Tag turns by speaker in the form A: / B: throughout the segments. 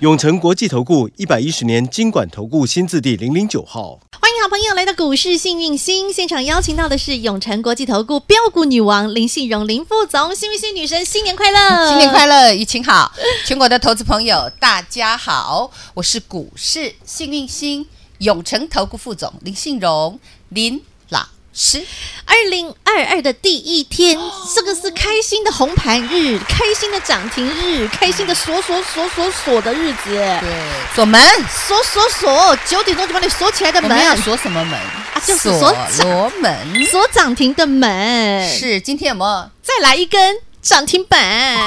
A: 永诚国际投顾一百一十年经管投顾新字第零零九号。
B: 欢迎好朋友来到股市幸运星现场，邀请到的是永诚国际投顾标股女王林信荣林副总，幸运星女神新年快乐，
C: 新年快乐，雨晴好，全国的投资朋友大家好，我是股市幸运星永诚投顾副总林信荣林老师，
B: 二零二二的第一天，这个是开心的红盘日，开心的涨停日，开心的锁锁锁锁锁的日子，
C: 对，锁门，
B: 锁锁锁，九点钟就把你锁起来的
C: 我
B: 门，啊
C: 们要哎锁什么门？
B: 就是
C: 锁
B: 锁涨
C: 罗门。
B: 锁涨停的门，
C: 是，今天有没有？
B: 再来一根。涨停板，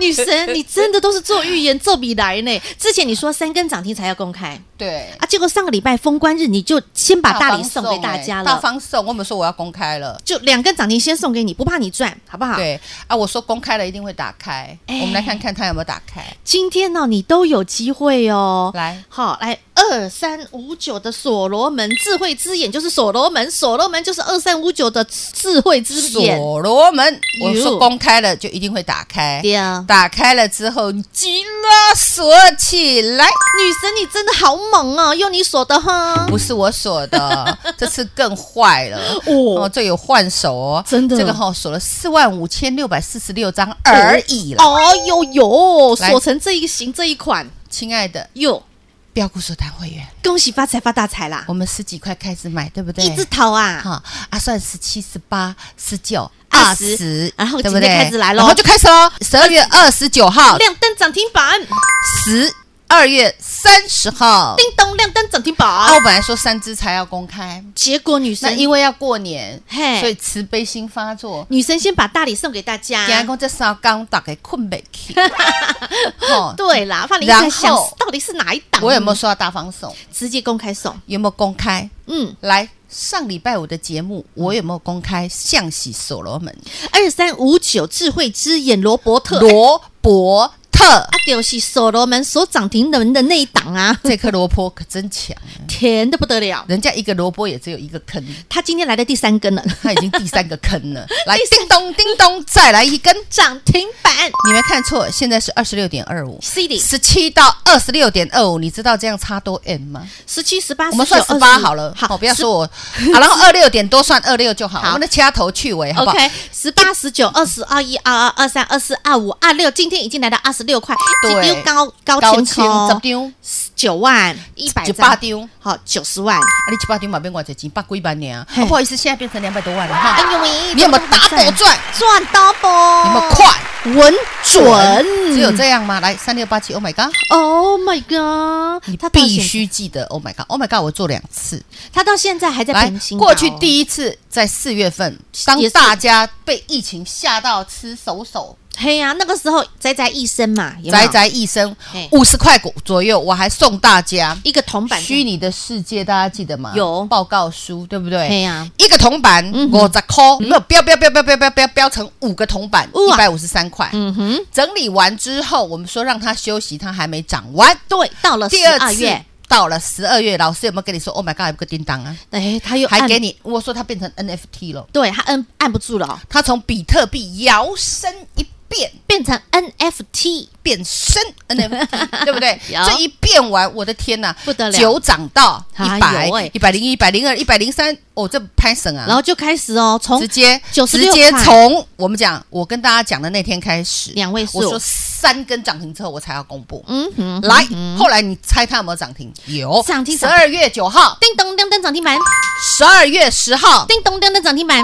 B: 女神，你真的都是做预言、做笔来呢。之前你说三根涨停才要公开，
C: 对，
B: 啊，结果上个礼拜封关日，你就先把大礼送给大家
C: 欸哎大
B: 了，
C: 方送，我们说我要公开了。
B: 就两根涨停先送给你，不怕你赚，好不好？，
C: 对啊，我说公开了一定会打开，
B: 哎
C: 我们来看看它有没有打开。
B: 今天呢、你都有机会哦。
C: 来
B: 好，来二三五九的所罗门智慧之眼就是所罗门，所罗门就是二三五九的智慧之眼。
C: 所罗门，我
B: 哟
C: 说公开了就一定会打开。
B: 对啊，
C: 打开了之后，你急了锁起来，
B: 女神你真的好猛哦，用你锁的哈。
C: 不是我锁的， 这次更坏了。
B: 哦
C: 哦，这有换手哦，
B: 真的
C: 这个哈、锁了四万五千六百四十六张而已了。
B: 哦呦呦，
C: 来
B: 锁成这一个型这一款
C: 亲爱的
B: 哟，
C: 标股锁单会员，
B: 恭喜发财发大财啦
C: 我！们十几块开始买，对不哦对？
B: 一直投啊，
C: 好啊，算十七、十八、十九、
B: 二
C: 二
B: 十
C: 十，
B: 然后
C: 对不
B: 今
C: 对？
B: 天开始来咯
C: 然后就开始喽。十二月二十九号，
B: 亮灯涨停板，
C: 十二月三十号。
B: 叮咚亮灯涨停
C: 啊，我
B: 板。
C: 本来说三只才要公开，
B: 结果女
C: 那
B: 生
C: 因为要过年
B: 嘿，
C: 所以慈悲心发作。
B: 女生先把大礼送给大
C: 今天
B: 家。
C: 讲这三刚打给困不 起，吼，
B: 对啦，范林在想
C: 嗯然后
B: 到底是哪一档？
C: 我有没有说到大放送？
B: 直接公开送？
C: 有没有公开？
B: 嗯，
C: 来，上礼拜五的节目，我有没有公开向喜所罗门、
B: 二三五九智慧之眼罗伯特哎
C: 罗伯 特？
B: 啊，就是所罗门所涨停的人的那一档啊，
C: 这颗萝卜可真强，
B: 甜的不得了。
C: 人家一个萝卜也只有一个 坑，
B: 他今天来的第三根了，
C: 他已经第三个坑 了。来，叮咚叮咚，再来一根。
B: 涨停板
C: 你没看错，现在是二十六点二 五。
B: C D
C: 十七到二十六点二五，你知道这样差多 n 吗？
B: 十七十八，
C: 我们算
B: 19
C: 十八好了，
B: 好，
C: 哦不要说我，好，然后二六点多算二六就好，
B: 好
C: 我们的掐头去尾，好不好
B: OK，十八、十九、二十二、一、二二、二三、二四、二五、二六，今天已经来到二十六块，
C: 对
B: 一丢高高哦
C: 高
B: 千
C: 清十
B: 抽
C: 张，啊
B: 九万一百
C: 九八
B: 张，
C: 张，啊，
B: 好九十万。
C: 你九八张嘛，变我这钱，八几万呢？
B: 嘿
C: 哦不好意思，现在变成两百多万了哈。
B: 哎呦喂，
C: 你有没有
B: 这么大
C: double 赚？
B: 赚 double？
C: 有没有
B: 哦
C: 快
B: 稳准？
C: 只有这样吗？来，三六八七，Oh my god！
B: Oh my god！
C: 你
B: 他到
C: 必
B: 现
C: 须记得，Oh my god，Oh my god，我做两次。
B: 他到现在还在
C: 来
B: 平行、，
C: 过去
B: 一，
C: 第一次在四月份，当
B: 也是
C: 大家被疫情吓到吃手手，
B: 嘿呀、那个时候宅宅一生嘛，有没有
C: 宅宅一生
B: 嘿
C: 五十块左右，我还送大家
B: 一个铜板
C: 虚拟的世界，大家记得吗？
B: 有
C: 报告书，对不对？
B: 对呀嗯
C: 一个铜板五十块，没有标标标标标标标标成五个铜板，一
B: 哇
C: 百五十三块。
B: 嗯哼，
C: 整理完之后，我们说让它休息，它还没长完。
B: 对，到了
C: 第
B: 十
C: 二
B: 二
C: 次
B: 月，
C: 到了十二月，老师有没有跟你说？Oh my god，有个叮当啊，
B: 哎，他又
C: 还
B: 按
C: 给，你，我说它变成 NFT 了，
B: 对他按按不住了哦，
C: 它从比特币摇身一变。
B: 变成 NFT。
C: 变身呃 NFT，对不对？
B: 有
C: 这一变完，我的天哪，
B: 不得了
C: 九涨到
B: 哎
C: 一
B: 呦
C: 百
B: 喂、
C: 一百零一、一百零二、一百零三，哦，这拍神啊！
B: 然后就开始哦，从
C: 直接
B: 96
C: 直接
B: 块
C: 从我们讲，我跟大家讲的那天开始，
B: 两位数
C: 我说三根涨停之后我才要公布。
B: 嗯哼，
C: 来，后来你猜它有没有涨停？有
B: 涨停
C: 十
B: 涨
C: 二月九号、
B: 叮咚亮灯涨停板，
C: 十二月十号、
B: 叮咚亮灯涨停板，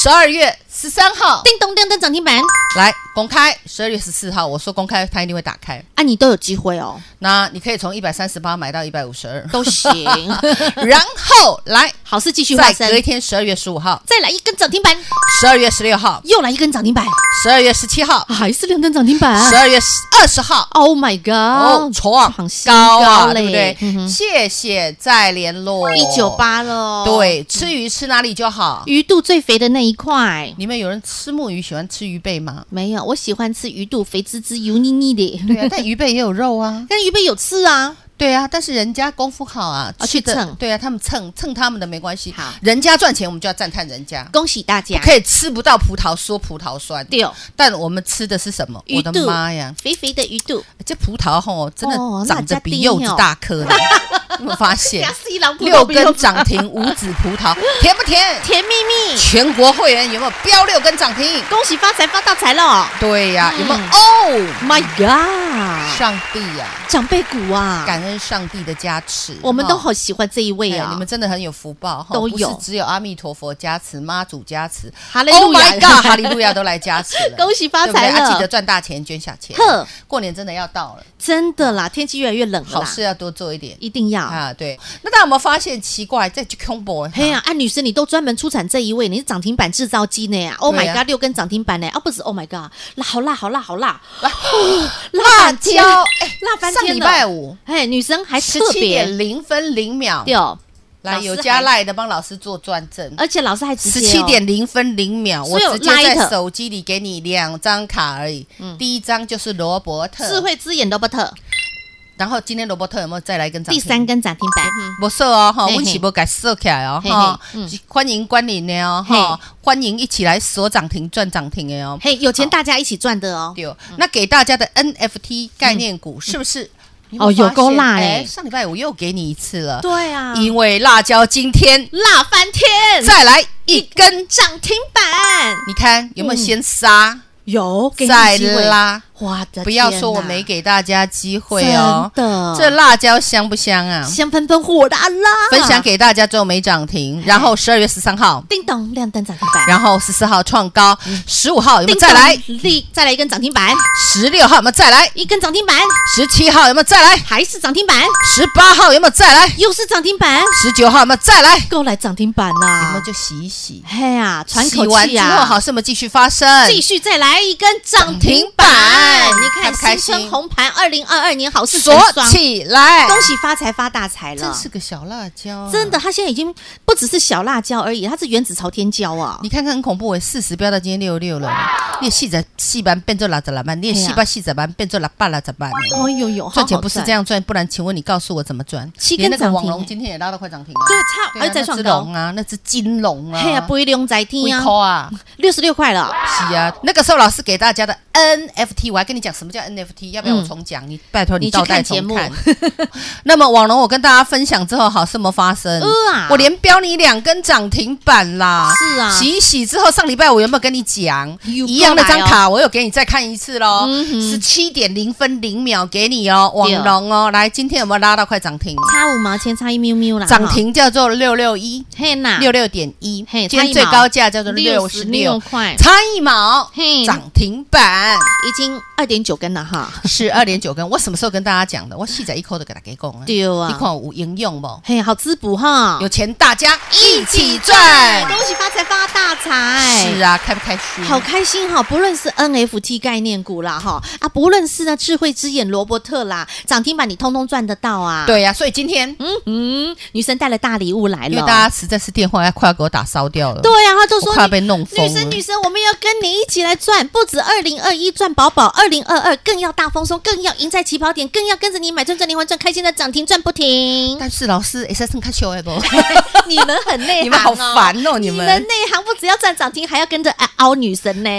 C: 十二月十三号，
B: 叮咚亮灯涨停板，
C: 来，公开十二月十四号，我说公开，它一定会打开。
B: 啊，你都有机会哦，
C: 那你可以从一百三十八买到一百五十二，
B: 都行。
C: 然后来
B: 好事继续发
C: 再
B: 生
C: 隔，一天，十二月十五号，
B: 再来一根涨停板，
C: 十二月十六号，
B: 又来一根涨停板，
C: 十二月十七号，
B: 啊还是两根涨停板
C: 十二月二十号。
B: Oh my
C: 哦，
B: god！
C: 创
B: 创新
C: 高啊，
B: 高嘞
C: 对不对？
B: 嗯哼
C: 谢谢，再联络。
B: 一九，八了哦，
C: 对，吃鱼吃哪里就好。
B: 鱼肚最肥的那一块。
C: 你们有人吃木鱼喜欢吃鱼背吗？
B: 没有，我喜欢吃鱼肚，肥滋滋、油腻腻的。
C: 对啊，但鱼背也有肉啊。
B: 但鱼背有刺啊，
C: 对啊，但是人家功夫好啊，
B: 啊
C: 吃的
B: 去蹭
C: 对啊，他们蹭蹭他们的没关系。
B: 好
C: 人家赚钱，我们就要赞叹人家。
B: 恭喜大家！
C: 可以吃不到葡萄说葡萄酸，
B: 对，
C: 但我们吃的是什么？
B: 鱼
C: 我
B: 肚
C: 的妈呀！
B: 肥肥的鱼肚，
C: 这葡萄吼，真的
B: 哦？
C: 长得比柚子大颗呢。 你有没有发现
B: 西老
C: 六根涨停，五指葡萄，甜不甜？
B: 甜蜜蜜，
C: 全国会员有没有标六根涨停？
B: 恭喜发财发大财了
C: 对呀、
B: 嗯
C: 有没有？哦，
B: ！My God！
C: 上帝呀、
B: 长辈股啊，
C: 感恩上帝的加持，
B: 我们
C: 哈
B: 都好喜欢这一位
C: 哦哎
B: 啊，
C: 你们真的很有福报哈，
B: 都有
C: 不是只有阿弥陀佛加持、妈祖加持
B: 哈利
C: ，Oh
B: 路亚
C: my God，哈利路亚都来加持 了，
B: 恭喜发
C: 对不
B: 财
C: 对
B: 了
C: 啊记得赚大钱，捐小钱。
B: 呵，
C: 过年真的要到了，
B: 真的啦，天气越来越冷了
C: 好
B: 啦，
C: 事要多做一点
B: 一定要。
C: 啊。对，那大家有没有发现奇怪，在 combo
B: 嘿呀，啊按女生你都专门出产这一位，你是涨停板制造机呢？Oh
C: 啊对
B: my
C: 啊
B: god，六根涨停板呢？啊，不止 Oh my god，辣好辣好辣好辣，
C: 啊辣
B: 翻天
C: 椒？哎，
B: 辣翻
C: 上
B: 天
C: 礼
B: 了
C: 拜五
B: 哎，女生还
C: 十
B: 特
C: 七点
B: 别
C: 零分零秒，
B: 掉，
C: 来
B: 老师
C: 有加
B: 还
C: 赖的帮老师做转正。
B: 而且老师还直
C: 十
B: 接
C: 七
B: 哦
C: 点零分零秒，我
B: 所以有
C: 直接在
B: Lite
C: 手机里给你两张卡而已。第一张就是罗伯特
B: 嗯智慧之眼都不特，
C: 然后今天罗伯特有没有再来一根涨
B: 第
C: 停？
B: 三根涨停板，
C: 不设哦，哈，
B: 嘿嘿
C: 温起波改设起来哦，
B: 嘿嘿
C: 哈
B: 嗯，
C: 欢迎光临的哦，哈，欢迎一起来锁涨停赚涨停的哦。
B: 嘿，有钱大家一起赚的哦。
C: 对，那给大家的 NFT 概念股是不是？你
B: 哦
C: 没发
B: 有够
C: 现
B: 辣
C: 哎
B: 哎
C: 上礼拜我又给你一次了，
B: 对啊，
C: 因为辣椒今天
B: 辣翻天，
C: 再来一根，
B: 涨停板
C: 你看有没有先杀
B: 有给你
C: 再
B: 机会，
C: 拉？
B: 哇的，
C: 不要说我没给大家机会哦，
B: 嗯真的
C: 这辣椒香不香啊？
B: 香喷喷火辣辣，
C: 分享给大家之后没涨停，然后十二月十三号，
B: 叮咚亮灯涨停板，
C: 然后十四号创高，十五号有没
B: 哎嗯叮咚
C: 有再来？
B: 立再来一根涨停板，
C: 十六号有没有再来？
B: 一根涨停板
C: 十七号有没有再来？
B: 还是涨停板，
C: 十八号有没有再来？
B: 又是涨停板，
C: 十九号有没有再来？
B: 够来涨停板
C: 你们
B: 啦。
C: 就洗一洗，
B: 嘿呀，喘口
C: 洗完
B: 气
C: 之
B: 呀、
C: 后好事有没有继续发生？
B: 继续再来一根涨停板
C: 涨停板。
B: 你看
C: 开不开
B: 新
C: 心
B: 春红盘，二零二二年好事成
C: 锁
B: 双，
C: 起来，
B: 恭喜发财发大财
C: 真
B: 了！
C: 是个小辣椒啊，
B: 真的，它现在已经不只是小辣椒而已，它是原子朝天椒啊！
C: 你看看很恐怖诶，四十飙到今天六六了，你的细仔细板变做六十六万，你的
B: 哎呀
C: 细板细仔板变做六百六十万。
B: 哦呦呦，
C: 赚钱不是这
B: 样，
C: 样赚，不然请问你告诉我怎么赚？
B: 七根
C: 连那个
B: 涨
C: 网
B: 停
C: 龙
B: 欸
C: 今天也拉到快涨停了，
B: 对，差而
C: 啊，
B: 在
C: 那
B: 创
C: 只
B: 高
C: 龙，啊，那只金龙啊，
B: 嘿呀，不一定在
C: 一
B: 天啊，
C: 抠啊，
B: 六十六块了，
C: 是啊，那个时候老师给大家的 NFT，我还跟你讲什么叫 NFT，要不要我
B: 嗯
C: 重讲？你拜托你
B: 你
C: 倒
B: 去
C: 带
B: 看节
C: 重
B: 目
C: 看。 那么网龙，我跟大家分享之后，好事没发生
B: 呃啊，
C: 我连标你两根涨停板啦。
B: 是啊，
C: 洗一洗之后，上礼拜我有没有跟你讲
B: 有
C: 一样的张
B: 过来哦
C: 卡？我有给你再看一次喽，
B: 嗯哼
C: 十七点零分零秒给你哦，网
B: 对
C: 龙哦，来，今天有没有拉到快涨停？
B: 差五毛钱，差一喵喵啦，
C: 涨停叫做六六一
B: 哈，嘿呐，
C: 六六点一，今
B: 啊嘿
C: 天
B: 差一毛
C: 最高价叫做六十
B: 66
C: 六，
B: 块，
C: 差一毛
B: 嘿，
C: 涨停 板
B: 已经二点九根了哈，
C: 是二点九根。我什么时候跟大家讲的？我细仔一口都给他给供了，
B: 对
C: 你
B: 啊，
C: 看有应用不？
B: 嘿，好滋补哈，
C: 有钱大家一起赚，
B: 恭喜发财发大财，
C: 是啊，开不开心？
B: 好开心哈、不论是 NFT 概念股啦哈啊，不论是呢智慧之眼罗伯特啦，涨停板你通通赚得到啊。，
C: 对呀，所以今天
B: 嗯嗯，女生带了大礼物来
C: 因为
B: 了，
C: 大家实在是电话要快要给我打烧掉了，
B: 对啊，她就
C: 我
B: 说
C: 快要被弄疯
B: 女生女
C: 了。
B: 生，我们要跟你一起来赚，不止二零二一赚饱饱，二零二二更要大丰收，更要赢在起跑点，更要跟着你买赚赚连环赚，开心的涨停赚不停。
C: 但是老师，哎，生看球哎不？
B: 你们很内行、哦，
C: 你们好烦哦你
B: 你
C: 们
B: 们内行不只要赚涨停，还要跟着啊凹女神呢，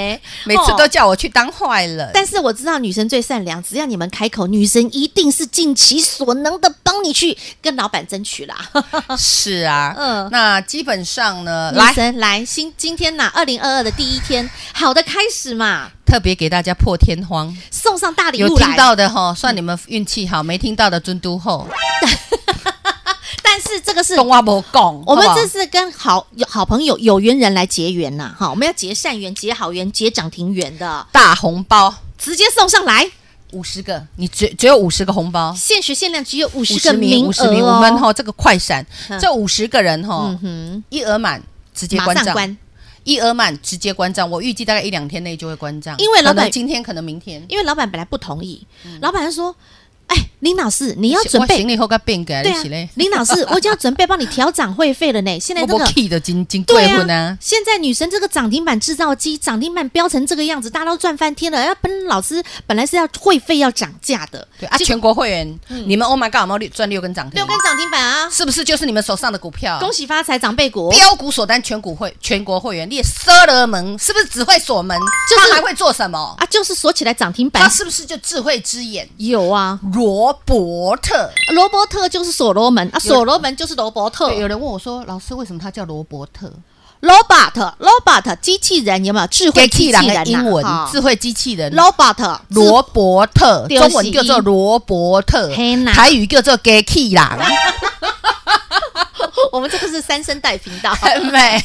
C: 每次
B: 哦
C: 都叫我去当坏人。
B: 但是我知道女神最善良，只要你们开口，女神一定是尽其所能的帮你去跟老板争取 啦。
C: 是啊，
B: 嗯
C: 那基本上呢，
B: 女
C: 来
B: 神来，今今天呐、2二零二二的第一天，好的开始嘛，
C: 特别给大家破天荒，
B: 送上大礼
C: 有
B: 物
C: 听
B: 来。嗯
C: 到的哈，算你们运气好；没听到的尊嘟后，
B: 但是这个是
C: 动画不讲，
B: 我们
C: 好不好
B: 这次跟好有好朋友有缘人来结缘呐、哈，我们要结善缘、结好缘、结涨停缘的，
C: 大红包
B: 直接送上来，
C: 五十个，你只只有五十个红包，
B: 限时限量只有五
C: 五
B: 十个名
C: 五
B: 额
C: 十名，我们
B: 哦，
C: 哈这个快闪
B: 嗯，
C: 这五十个人哈
B: 嗯，哼，
C: 一额满直接
B: 马
C: 关
B: 上
C: 账，
B: 关，
C: 一额满直接关账，我预计大概一两天内就会关账，
B: 因为老板
C: 可能今天可能明天，
B: 因为老板本来不同意，
C: 嗯
B: 老板就说：“哎，林老师，你要准
C: 我
B: 备
C: 行李后该变改
B: 对
C: 起嘞
B: 啊，，林老 师，我已经要准备帮你调涨会费了呢。现在
C: 我
B: 这
C: 不
B: 个
C: key 的金金
B: 对
C: 贵婚
B: 啊
C: 啊，，
B: 现在女神这个涨停板制造机，涨停板飙成这个样子，大家都赚翻天了。要奔老师本来是要会费要涨价的，
C: 对啊，全国会员，你们 Oh my God 有没有六赚六根涨停？
B: 嗯六根涨停板啊！
C: 是不是就是你们手上的股票？
B: 恭喜发财，长辈股。
C: 标股锁单全股会全国会员，你也塞了门，是不是只会锁门？
B: 就是
C: 他还会做什么？
B: 啊，就是锁起来涨停
C: 他
B: 板
C: 是不是就智慧之眼？
B: 有啊，
C: 罗伯特，
B: 罗伯特就是所罗门啊，所罗门就是罗伯特
C: 对，有人问我说，老师为什么他叫罗伯特？
B: ，robot，robot 机器人有没有智慧机器人
C: 的
B: 啊
C: 英文
B: 哈
C: 智慧机器人。
B: robot
C: 嗯罗伯特，
B: 对
C: 中文叫做罗伯特
B: 嘿呐，
C: 台语叫做 g a k i 啦，
B: 智，我们这个是三声带频 道，
C: 美。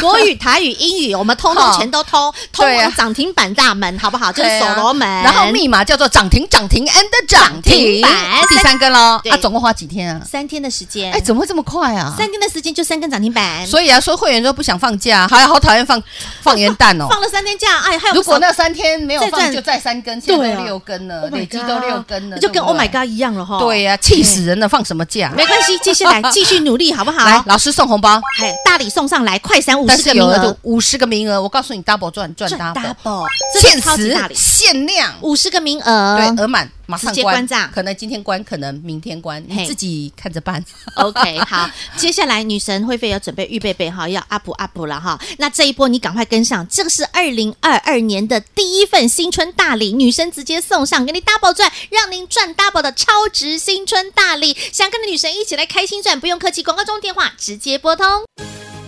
B: 国语、台语、英语，我们通通
C: 好
B: 全都通，通
C: 对啊
B: 往涨停板大门，好不好？就是
C: 对
B: 所
C: 啊
B: 罗门，
C: 然后密码叫做涨停涨停 and 涨
B: 涨停
C: 停
B: 板，
C: 第三根喽。
B: 对
C: 啊，总共花几天啊？
B: 三天的时间，
C: 哎，怎么会这么快啊？
B: 三天的时间就三根涨停板，
C: 所以啊，说会员都不想放假，还好讨厌放 放元旦哦。
B: 放了三天假，哎，还有
C: 如果
B: 呢？
C: 那三天没有
B: 再
C: 放，
B: 赚
C: 就再三根，现在
B: 对啊
C: 都六根了，
B: Oh my
C: 累积
B: God
C: 都六根了，
B: 就跟
C: 对不
B: Oh
C: 对
B: my God 一样了哈。
C: 对呀，气死人了，放什么假？
B: 没关系，接下来继续努力，好不好？
C: 来，老师送红包，
B: 哎，大礼送上来，快闪五
C: 但
B: 十个
C: 是
B: 名
C: 有额
B: 额
C: 度，五十个名额，我告诉你，double 赚赚
B: 赚
C: double，
B: double，
C: 限
B: 超级
C: 时
B: 大礼，
C: 限量。
B: 五十个名额。
C: 对，呃额满马上
B: 直接关账
C: 可能今天关，可能明天关，
B: 嘿
C: 你自己看着办。
B: OK，好，接下来女神会费要准备预备备哈，要 up up 了哈。那这一波你赶快跟上，这个是二零二二年的第一份新春大礼，女神直接送上，给你 double 赚，让您赚 double 的超值新春大礼。想跟着女神一起来开心赚，不用客气，广告中电话直接拨通。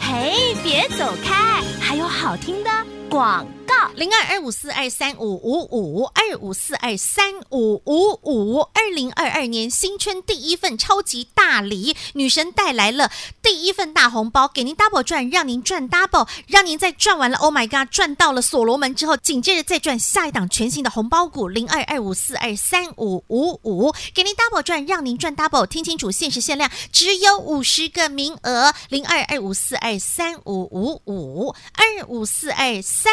D: 嘿，别走开，还有好听的广告。
B: 零二二五四二三五五五二五四二三五五五，二零二二年新春第一份超级大礼，女神带来了第一份大红包，给您 double 赚，让您赚 double，让您在赚完了 Oh my God 赚到了所罗门之后，紧接着再赚下一档全新的红包股零二二五四二三五五五，给您 double 赚，让您赚 double，听清楚，限时限量，只有五十个名额，零二二五四二三五五五二五四二三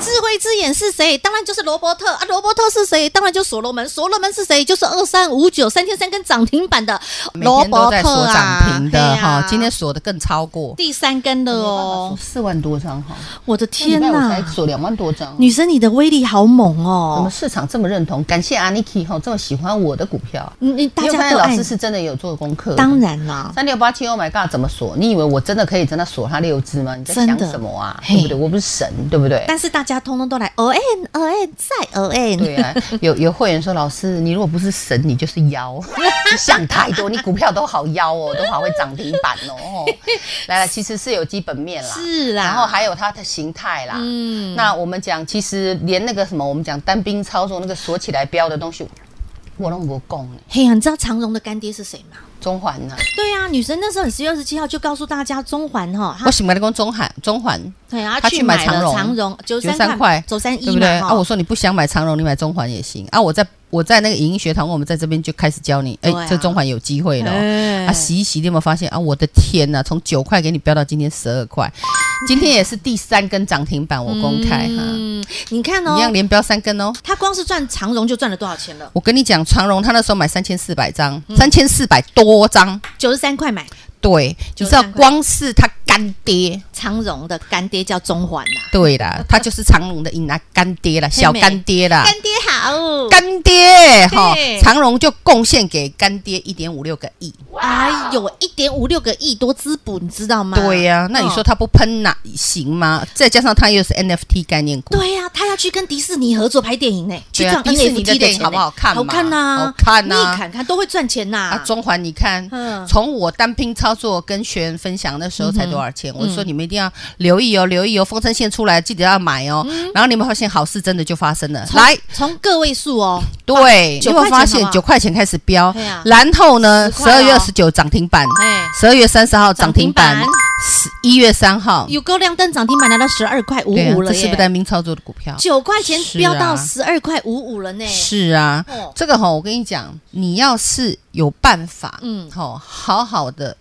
B: 智慧之眼是谁？当然就是罗伯特啊！罗伯特是谁？当然就所罗门。所罗门是谁？就是二三五九三天三根涨停板的
C: 每
B: 罗
C: 天
B: 伯
C: 都
B: 特
C: 在锁
B: 啊！
C: 涨停
B: 嘿
C: 的
B: 啊
C: 哈，今天锁的更超过。
B: 第三根了哦！
C: 四万多张哈，
B: 我的天
C: 哪，
B: 哪
C: 才！锁两万多张。
B: 女神，你的威力好猛
C: 怎么
B: 哦！
C: 市场这么认同？感谢 Aniki 哈，这么喜欢我的股票。
B: 你你大
C: 你有发
B: 家都
C: 现老
B: 爱
C: 师
B: 你，
C: 是真的有做功课。
B: 当然啦，
C: 三六八七，Oh my God，怎么锁？你以为我真的可以真的锁它六只吗？你在
B: 真
C: 想
B: 的
C: 什么啊？
B: 嘿
C: 对不对？我不是神，对不对？
B: 但是大家通通都来 O N O N 再 O N，
C: 对啊，有有会员说，老师，你如果不是神，你就是 妖，你想太多，你股票都好妖哦，都好会涨停板哦。哦来了，其实是有基本面啦，
B: 是啦
C: 然后还有它的形态啦。
B: 啊嗯
C: 嗯，那我们讲，其实连那个什么，我们讲单兵操作那个锁起来标的东西，我都不供呢，
B: 嘿呀，你知道长荣的干爹是谁吗？
C: 中环呐、
B: 对啊，女神那时候很十月二十七号就告诉大家中环哈，
C: 我
B: 她
C: 喜欢跟中环，中环。
B: 对啊，
C: 他去买
B: 了
C: 长荣，
B: 长荣九
C: 93
B: 三
C: 块，
B: 九三
C: 对
B: 一
C: 不对？
B: 嘛
C: 啊，
B: 哈
C: 我。说你不想买长荣，你买中环也行啊。我在我在那个影音学堂，我们在这边就开始教你，哎、
B: 对啊
C: 这中环有机会了哦、
B: 哎
C: 啊，洗一洗，你有没有发现啊？我的天呐、从九块给你飙到今天十二块，今天也是第三根涨停板，我公开哈，
B: 嗯，你看
C: 一样
B: 哦，
C: 连标三根哦。
B: 他光是赚长荣就赚了多少钱了？
C: 我跟你讲，长荣他那时候买三千四百张，
B: 嗯
C: 三千四百多张，
B: 九十三块买
C: 对，你知道
B: 93块
C: 光是他干爹，
B: 长荣的干爹叫中环呐、
C: 对啦，他就是长荣的你拿干爹啦，小
B: 嗯妹
C: 干爹啦，
B: 干爹好，
C: 干爹哈
B: 对，
C: 长荣就贡献给干爹一点五六个亿，
B: 哎呦，一点五六个亿多滋补，你知道吗？
C: 对呀、那你说
B: 哦
C: 他不喷哪行吗？再加上他又是 NFT 概念股，
B: 对呀、他要去跟迪士尼合作拍电影呢、去
C: 对啊
B: 赚
C: 迪士尼的
B: NFT
C: 电影
B: 钱呢、
C: 好不好看嘛
B: 好看呐、
C: 好看呐
B: 你看看都会赚钱呐、
C: 啊，中环你看
B: 嗯，
C: 从我单拼操作跟学员分享的时候才多少
B: 嗯
C: 钱？我说你们一定要留意哦，留意哦，风筝线出来记得要买哦。然后你们发现好事真的就发生了，
B: 嗯从
C: 来，
B: 从个位数哦，
C: 对，
B: 九
C: 你
B: 块
C: 会
B: 钱
C: 发
B: 好
C: 现
B: 不好
C: 九块钱开始飙
B: 对啊，
C: 然后呢，
B: 10
C: 十
B: 块哦
C: 二月二十九涨停板，
B: 哎，
C: 十二月三十号涨
B: 涨
C: 停
B: 停
C: 板
B: 板，
C: 十一月三号，
B: 有够亮灯涨停板来到十二块五
C: 对啊
B: 五了
C: 这是不
B: 耶
C: 是，单兵操作的股票？
B: 九块钱
C: 是啊
B: 飙到十二块五五了呢、
C: 是啊
B: 哦，
C: 这个吼，我跟你讲，你要是有办法，嗯
B: 嗯，
C: 吼，好好的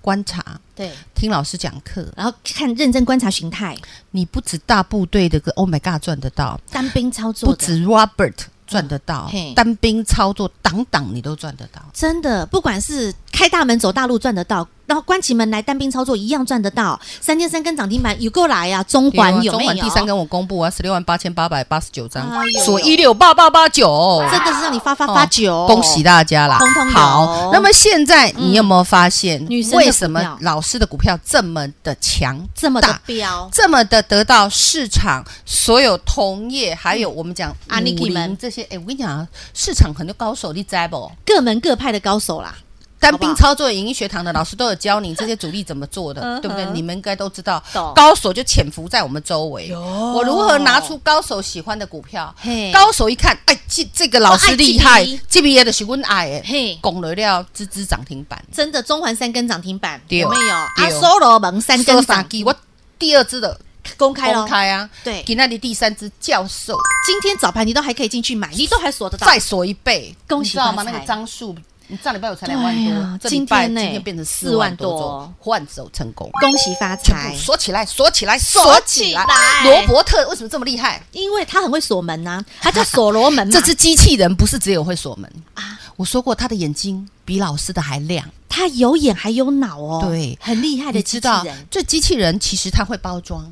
C: 观察，
B: 对，
C: 听老师讲课，
B: 然后看认真观察形态，
C: 你不止大部队的个 Oh my God 赚得到，
B: 单兵操作
C: 不
B: 的，
C: 止 Robert 赚得到，
B: 啊嘿
C: 单兵操作挡挡你都赚得到。
B: 真的，不管是开大门走大路赚得到，然后关起门来单兵操作一样赚得到。三天三根涨停板有够来啊！中环
C: 对啊
B: 有
C: 中
B: 没有？
C: 环第三根我公布啊，十六万八千八百八十九张
B: 哎，呦
C: 锁一六八八八九，
B: 真的是让你发发
C: 哦
B: 发酒、
C: 恭喜大家啦！
B: 通通有嗯
C: 好，那么现在你有没有发现
B: 女，生的
C: 为什
B: 股
C: 么
B: 票
C: 老师的股票这么的强
B: 这么
C: 大
B: 的？标，
C: 这么的得到市场所有同业，还有我们讲
B: 啊
C: 武
B: ，Nike
C: 林
B: 们
C: 这些，哎，我跟你讲啊，市场很多高手，你知不？
B: 各门各派的高手啦。
C: 单兵操作影音学堂的老师都有教你这些主力怎么做的，对不对？你们应该都知道
B: 嗯懂，
C: 高手就潜伏在我们周围。我如何拿出高手喜欢的股票
B: 嘿？哦
C: 高手一看，哎，这这个老师厉
B: 我爱
C: 害
B: 这笔，
C: 这边也的是阮爱的，
B: 嘿，
C: 拱了料，吱吱涨停板，
B: 真的中环三根涨停板
C: 对哦
B: 有没有？
C: 对
B: 阿索罗门三根涨
C: 记，我第二只的
B: 公开
C: 公
B: 了。
C: 开啊，
B: 对
C: 给那里第三只教授
B: 今天早盘你都还可以进去买，你都还锁得到。
C: 再锁一倍，
B: 恭喜
C: 你知道吗？
B: 发
C: 那
B: 财
C: 个张数，你上礼拜有才两万
B: 对
C: 多
B: 啊，
C: 这礼
B: 今
C: 拜
B: 天呢
C: 今天变成四万多
B: 4万
C: 宗
B: 多，
C: 换手成功。
B: 恭喜发
C: 全
B: 财
C: 部，锁起来，锁起来，
B: 锁
C: 锁
B: 起
C: 起
B: 来
C: 来。罗伯特为什么这么厉害？
B: 因为他很会锁门呐、他叫所罗门嘛。
C: 这只机器人不是只有会锁门啊！我说过，他的眼睛比老师的还亮。
B: 他有眼还有脑哦，
C: 对
B: 很厉害的
C: 你
B: 机器
C: 知道
B: 人，
C: 这机器人其实它会包装，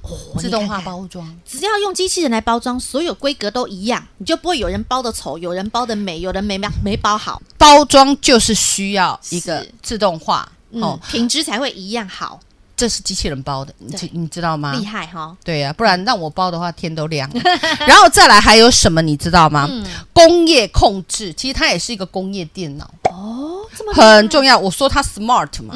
B: 哦
C: 自动化。
B: 你看看
C: 包装。
B: 只要用机器人来包装，所有规格都一样，你就不会有人包的丑，有人包的美，有人没没包好，
C: 包装就是需要一个
B: 是
C: 自动化
B: 嗯，
C: 哦，
B: 品质才会一样好，
C: 这是机器人包的，你知
B: 对
C: 你知道吗？
B: 厉害哈！
C: 对呀、不然让我包的话，天都亮了。 然后再来还有什么，你知道吗？
B: 嗯
C: 工业控制，其实它也是一个工业电脑，
B: 哦，这么厉害
C: 很重要。我说它 smart 嘛，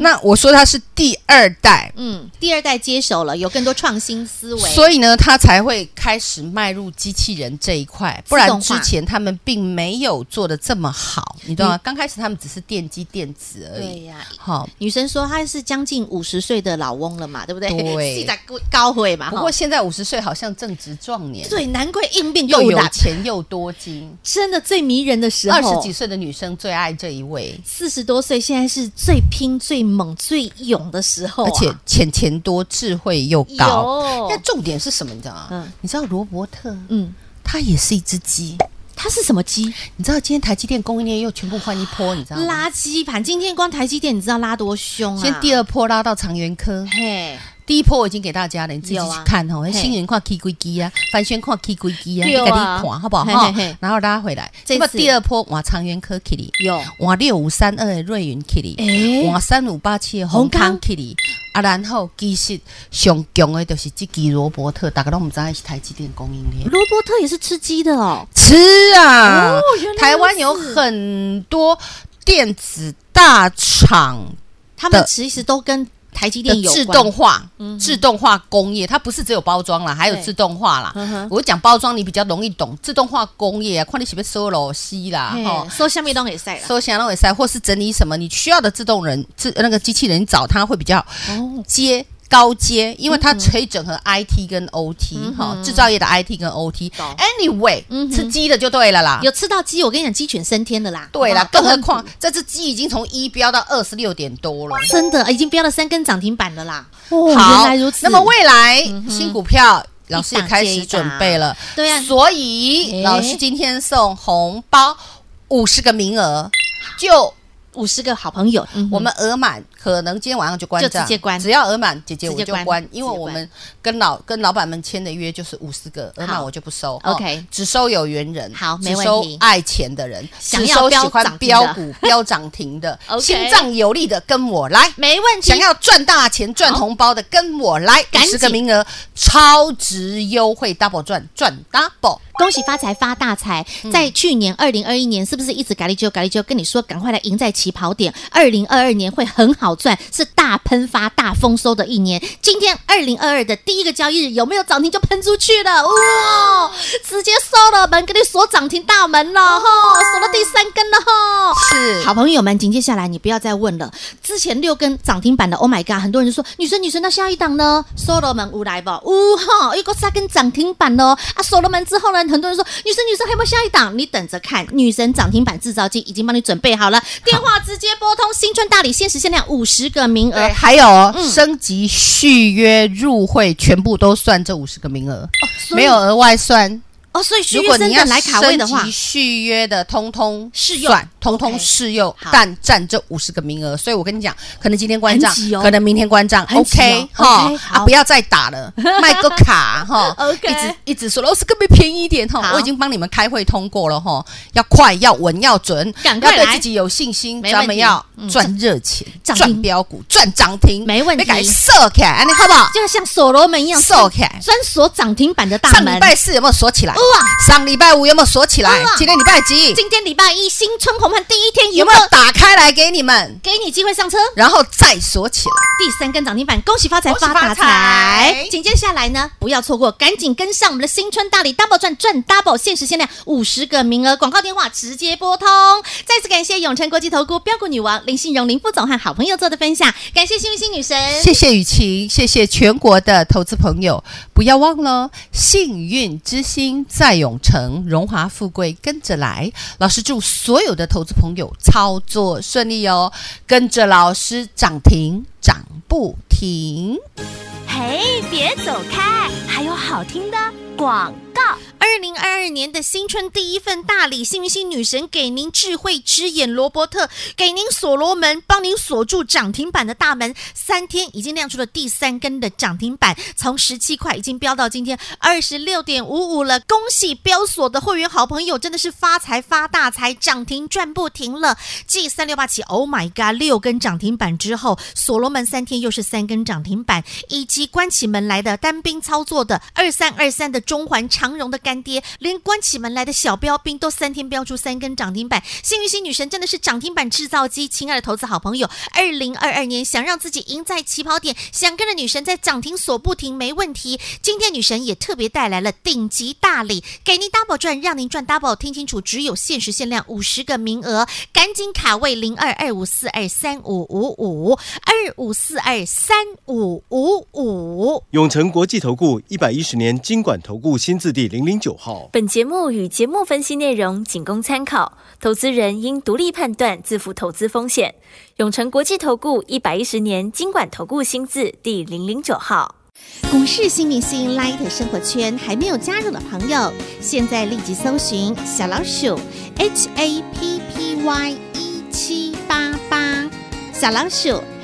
C: 那我说它是第二代，
B: 嗯，第二代接手了，有更多创新思维，
C: 所以呢，它才会开始迈入机器人这一块。不
B: 自
C: 然
B: 动化嗯
C: 之前他们并没有做的这么好，你知道吗？刚开始他们只是电机电子而
B: 对
C: 已。
B: 哎呀、
C: 好，
B: 女生说她是将近五十岁的老翁了嘛，对不对？
C: 对
B: 是在高高会嘛。
C: 不
B: 哈
C: 过现在五十岁好像正值壮年，
B: 对，难怪应变
C: 又
B: 够
C: 有
B: 大，
C: 钱又多金。
B: 真的最迷人的时候，
C: 二十几岁的女生最爱这一位。
B: 四十多岁，现在是最拼、最猛、最勇的时候、啊，
C: 而且钱钱多，智慧又高。
B: 有
C: 但重点是什么？你知道吗？
B: 嗯
C: 你知道罗伯特，
B: 嗯，
C: 他也是一只鸡。
B: 它是什么鸡？
C: 你知道今天台积电供应链又全部换一波，你知道吗？
B: 拉基盘。今天光台积电，你知道拉多凶啊？
C: 先第二波拉到长源科，
B: 嘿，
C: 第一波我已经给大家了，你自己
B: 有
C: 去
B: 啊
C: 看哦。
B: 嘿
C: 新源跨 K 归 G 啊，凡轩跨 K 归 G 啊，你
B: 对啊
C: 给你看好不好？
B: 嘿
C: 哈
B: 嘿嘿，
C: 然后拉回来。
B: 这
C: 那么
B: 次
C: 第二波往长源科 Kitty，
B: 有
C: 往六五三二的瑞云 Kitty，
B: 诶
C: 往三五八七的
B: 宏
C: 红康
B: 康
C: Kitty。啊，然后其实上强的就是这支罗伯特，大家都唔知道是台积电供应链。
B: 罗伯特也是吃鸡的哦。
C: 吃啊！
B: 哦原来如此
C: 台湾有很多电子大厂
B: 他们
C: 的
B: 其实都跟台积电
C: 的
B: 有
C: 自
B: 关
C: 动化、自动化工业，它不是只有包装啦，还有自动化啦。
B: 嗯哼
C: 我讲包装你比较容易懂，自动化工业啊，看你喜不喜欢 solo 西啦，吼
B: 嘿，。收下面都给晒了。
C: 收钱让也塞，或是整理什么你需要的自动人自那个机器人，你找它会比较
B: 哦，嗯
C: 接高阶，因为它可以整合 IT 跟 OT 哈、制造业的 IT 跟 OT。Anyway，、
B: 嗯哼
C: 吃鸡的就对了啦。
B: 有嗯吃到鸡，我跟你讲，鸡犬升天的啊啦。啊
C: 对啦
B: 好，不
C: 更
B: 好
C: 何况这只鸡已经从一飙到二十六点多了。
B: 真的已经飙了三根涨停板了啦。
E: 哦，原
C: 好
E: 来如，此。
C: 那么未来新股票。老师也开
B: 一档接嗯
C: 始
B: 一档
C: 准备了，
B: 对啊
C: 所以
B: 哎
C: 老师今天送红包五十个名额，就
B: 五十个好朋友，嗯哼
C: 我们额满，可能今天晚上就关
B: 就
C: 账，
B: 直接关
C: 只要额满，姐姐我
B: 直接
C: 就
B: 关
C: 关，因
B: 直
C: 为
B: 接
C: 我
B: 关
C: 们跟老跟老板们签的约就是五十个，额满我就不收哦
B: OK
C: 只收有缘人，
B: 好
C: 只
B: 没问
C: 收
B: 题
C: 爱钱的人，
B: 想
C: 只
B: 要
C: 收喜
B: 飙
C: 欢
B: 涨停
C: 标
B: 的
C: 股、标涨停的
B: OK，
C: 心脏有力的跟我来。
B: 没问题
C: 想。要赚大钱、赚红包的，跟我来，
B: 赶紧
C: 十个名额，超值优惠，double 赚，赚 double。
B: 恭喜发财发大财！在去年二零二一年，是不是一直咖喱啾咖喱啾跟你说，赶快来赢在起跑点？二零二二年会很好赚，是大喷发、大丰收的一年。今天二零二二的第一个交易日，有没有涨停就喷出去了？哇，直接收了门，给你锁涨停大门了吼，锁到第三根了吼。
C: 是
B: 好朋友们，紧接下来你不要再问了。之前六根涨停板的，Oh my god！很多人就说女神女神，那下一档呢？Solomon 无来不？呜哈，又个三根涨停板哦。啊，Solomon 之后呢，很多人说女神女神还有没有下一档？你等着看，女神涨停板制造机已经帮你准备好了，电话直接拨通，新春大礼限时限量五十个名额
C: 对，。还有哦
B: 嗯
C: 升级续约入会，全部都算这五十个名额，
B: 哦所以
C: 没有额外算。
B: 哦，所以
C: 如
B: 徐
C: 果
B: 玉生
C: 你要
B: 等来卡位的
C: 升
B: 话
C: 级，续约的，通通
B: 适用
C: 算通通适用
B: 好，
C: 但占这五十个名额。所以我跟你讲，可能今天关账
B: 很挤哦，
C: 可能明天关账
B: 很挤
C: ，OK
B: 哦
C: 哈
B: OK，
C: 啊，
B: 好
C: 不要再打了， 卖个卡哈
B: OK
C: 一直一直说老师可不可以便宜一点哈
B: 好？
C: 我已经帮你们开会通过了哈，要快，要稳，要准，
B: 赶
C: 要
B: 快
C: 对
B: 来
C: 自己有信心，
B: 没问题
C: 咱们要
B: 嗯
C: 赚热钱，
B: 涨
C: 赚
B: 停
C: 标股，赚涨停，
B: 没问题
C: 要给它射起来，安尼好不好？
B: 就要像所罗门一样
C: 瘦起来
B: 专锁涨停板的大
C: 上
B: 门哦
C: 礼。拜四有没有锁起来？
B: 哇
C: 上礼拜五有没有锁起来
B: 哇？
C: 今天礼拜几？
B: 啊今天礼拜一新春红盘第一天，有
C: 有没
B: 没
C: 有
B: 有
C: 打开来给你们？
B: 给你机会上车？
C: 然后再锁起来。
B: 第三根涨停板，恭喜发财
C: 恭喜
B: 发
C: 发
B: 大财
C: 财！
B: 紧接下来呢，不要错过，赶紧跟上我们的新春大礼 double 赚赚 double，限时限量五十个名额，广告电话直接拨通。再次感谢永诚国际投顾标股女王林信荣林副总和好朋友做的分享，感谢幸运星女神。
C: 谢谢雨晴，谢谢全国的投资朋友，不要忘了，幸运之星在永城，荣华富贵跟着来。老师祝所有的投资朋友操作顺利哦，跟着老师涨停涨不停。
D: 嘿，别走开，还有好听的广告。
B: 二零二二年的新春第一份大礼，幸运星女神给您智慧之眼罗伯特，给您所罗门，帮您锁住涨停板的大门。三天已经亮出了第三根的涨停板，从十七块已经飙到今天二十六点五五了。恭喜标锁的会员好朋友，真的是发财发大财，涨停赚不停了。继三六八起，Oh my God，六根涨停板之后，所罗门三天又是三根涨停板，以及关起门来的单兵操作的二三二三的中环长荣的干爹，连关起门来的小标兵都三天标出三根涨停板。幸运星女神真的是涨停板制造机，亲爱的投资好朋友，二零二二年想让自己赢在起跑点，想跟着女神在涨停锁不停没问题。今天女神也特别带来了顶级大礼，给您 double 赚，让您赚 double。听清楚，只有限时限量五十个名额，赶紧卡位零二二五四二三五五五二五四二三五五五。
A: 永诚国际投顾一百一十年金管投顾新字第零零九号。
D: 本节目与节目分析内容仅供参考，投资人应独立判断，自负投资风险。永诚国际投顾一百一十年经管投顾新字第零零九号。
B: 股市新明星 Light 生活圈还没有加入的朋友，现在立即搜寻小老鼠 HAPPY 一 E 七八八，小老鼠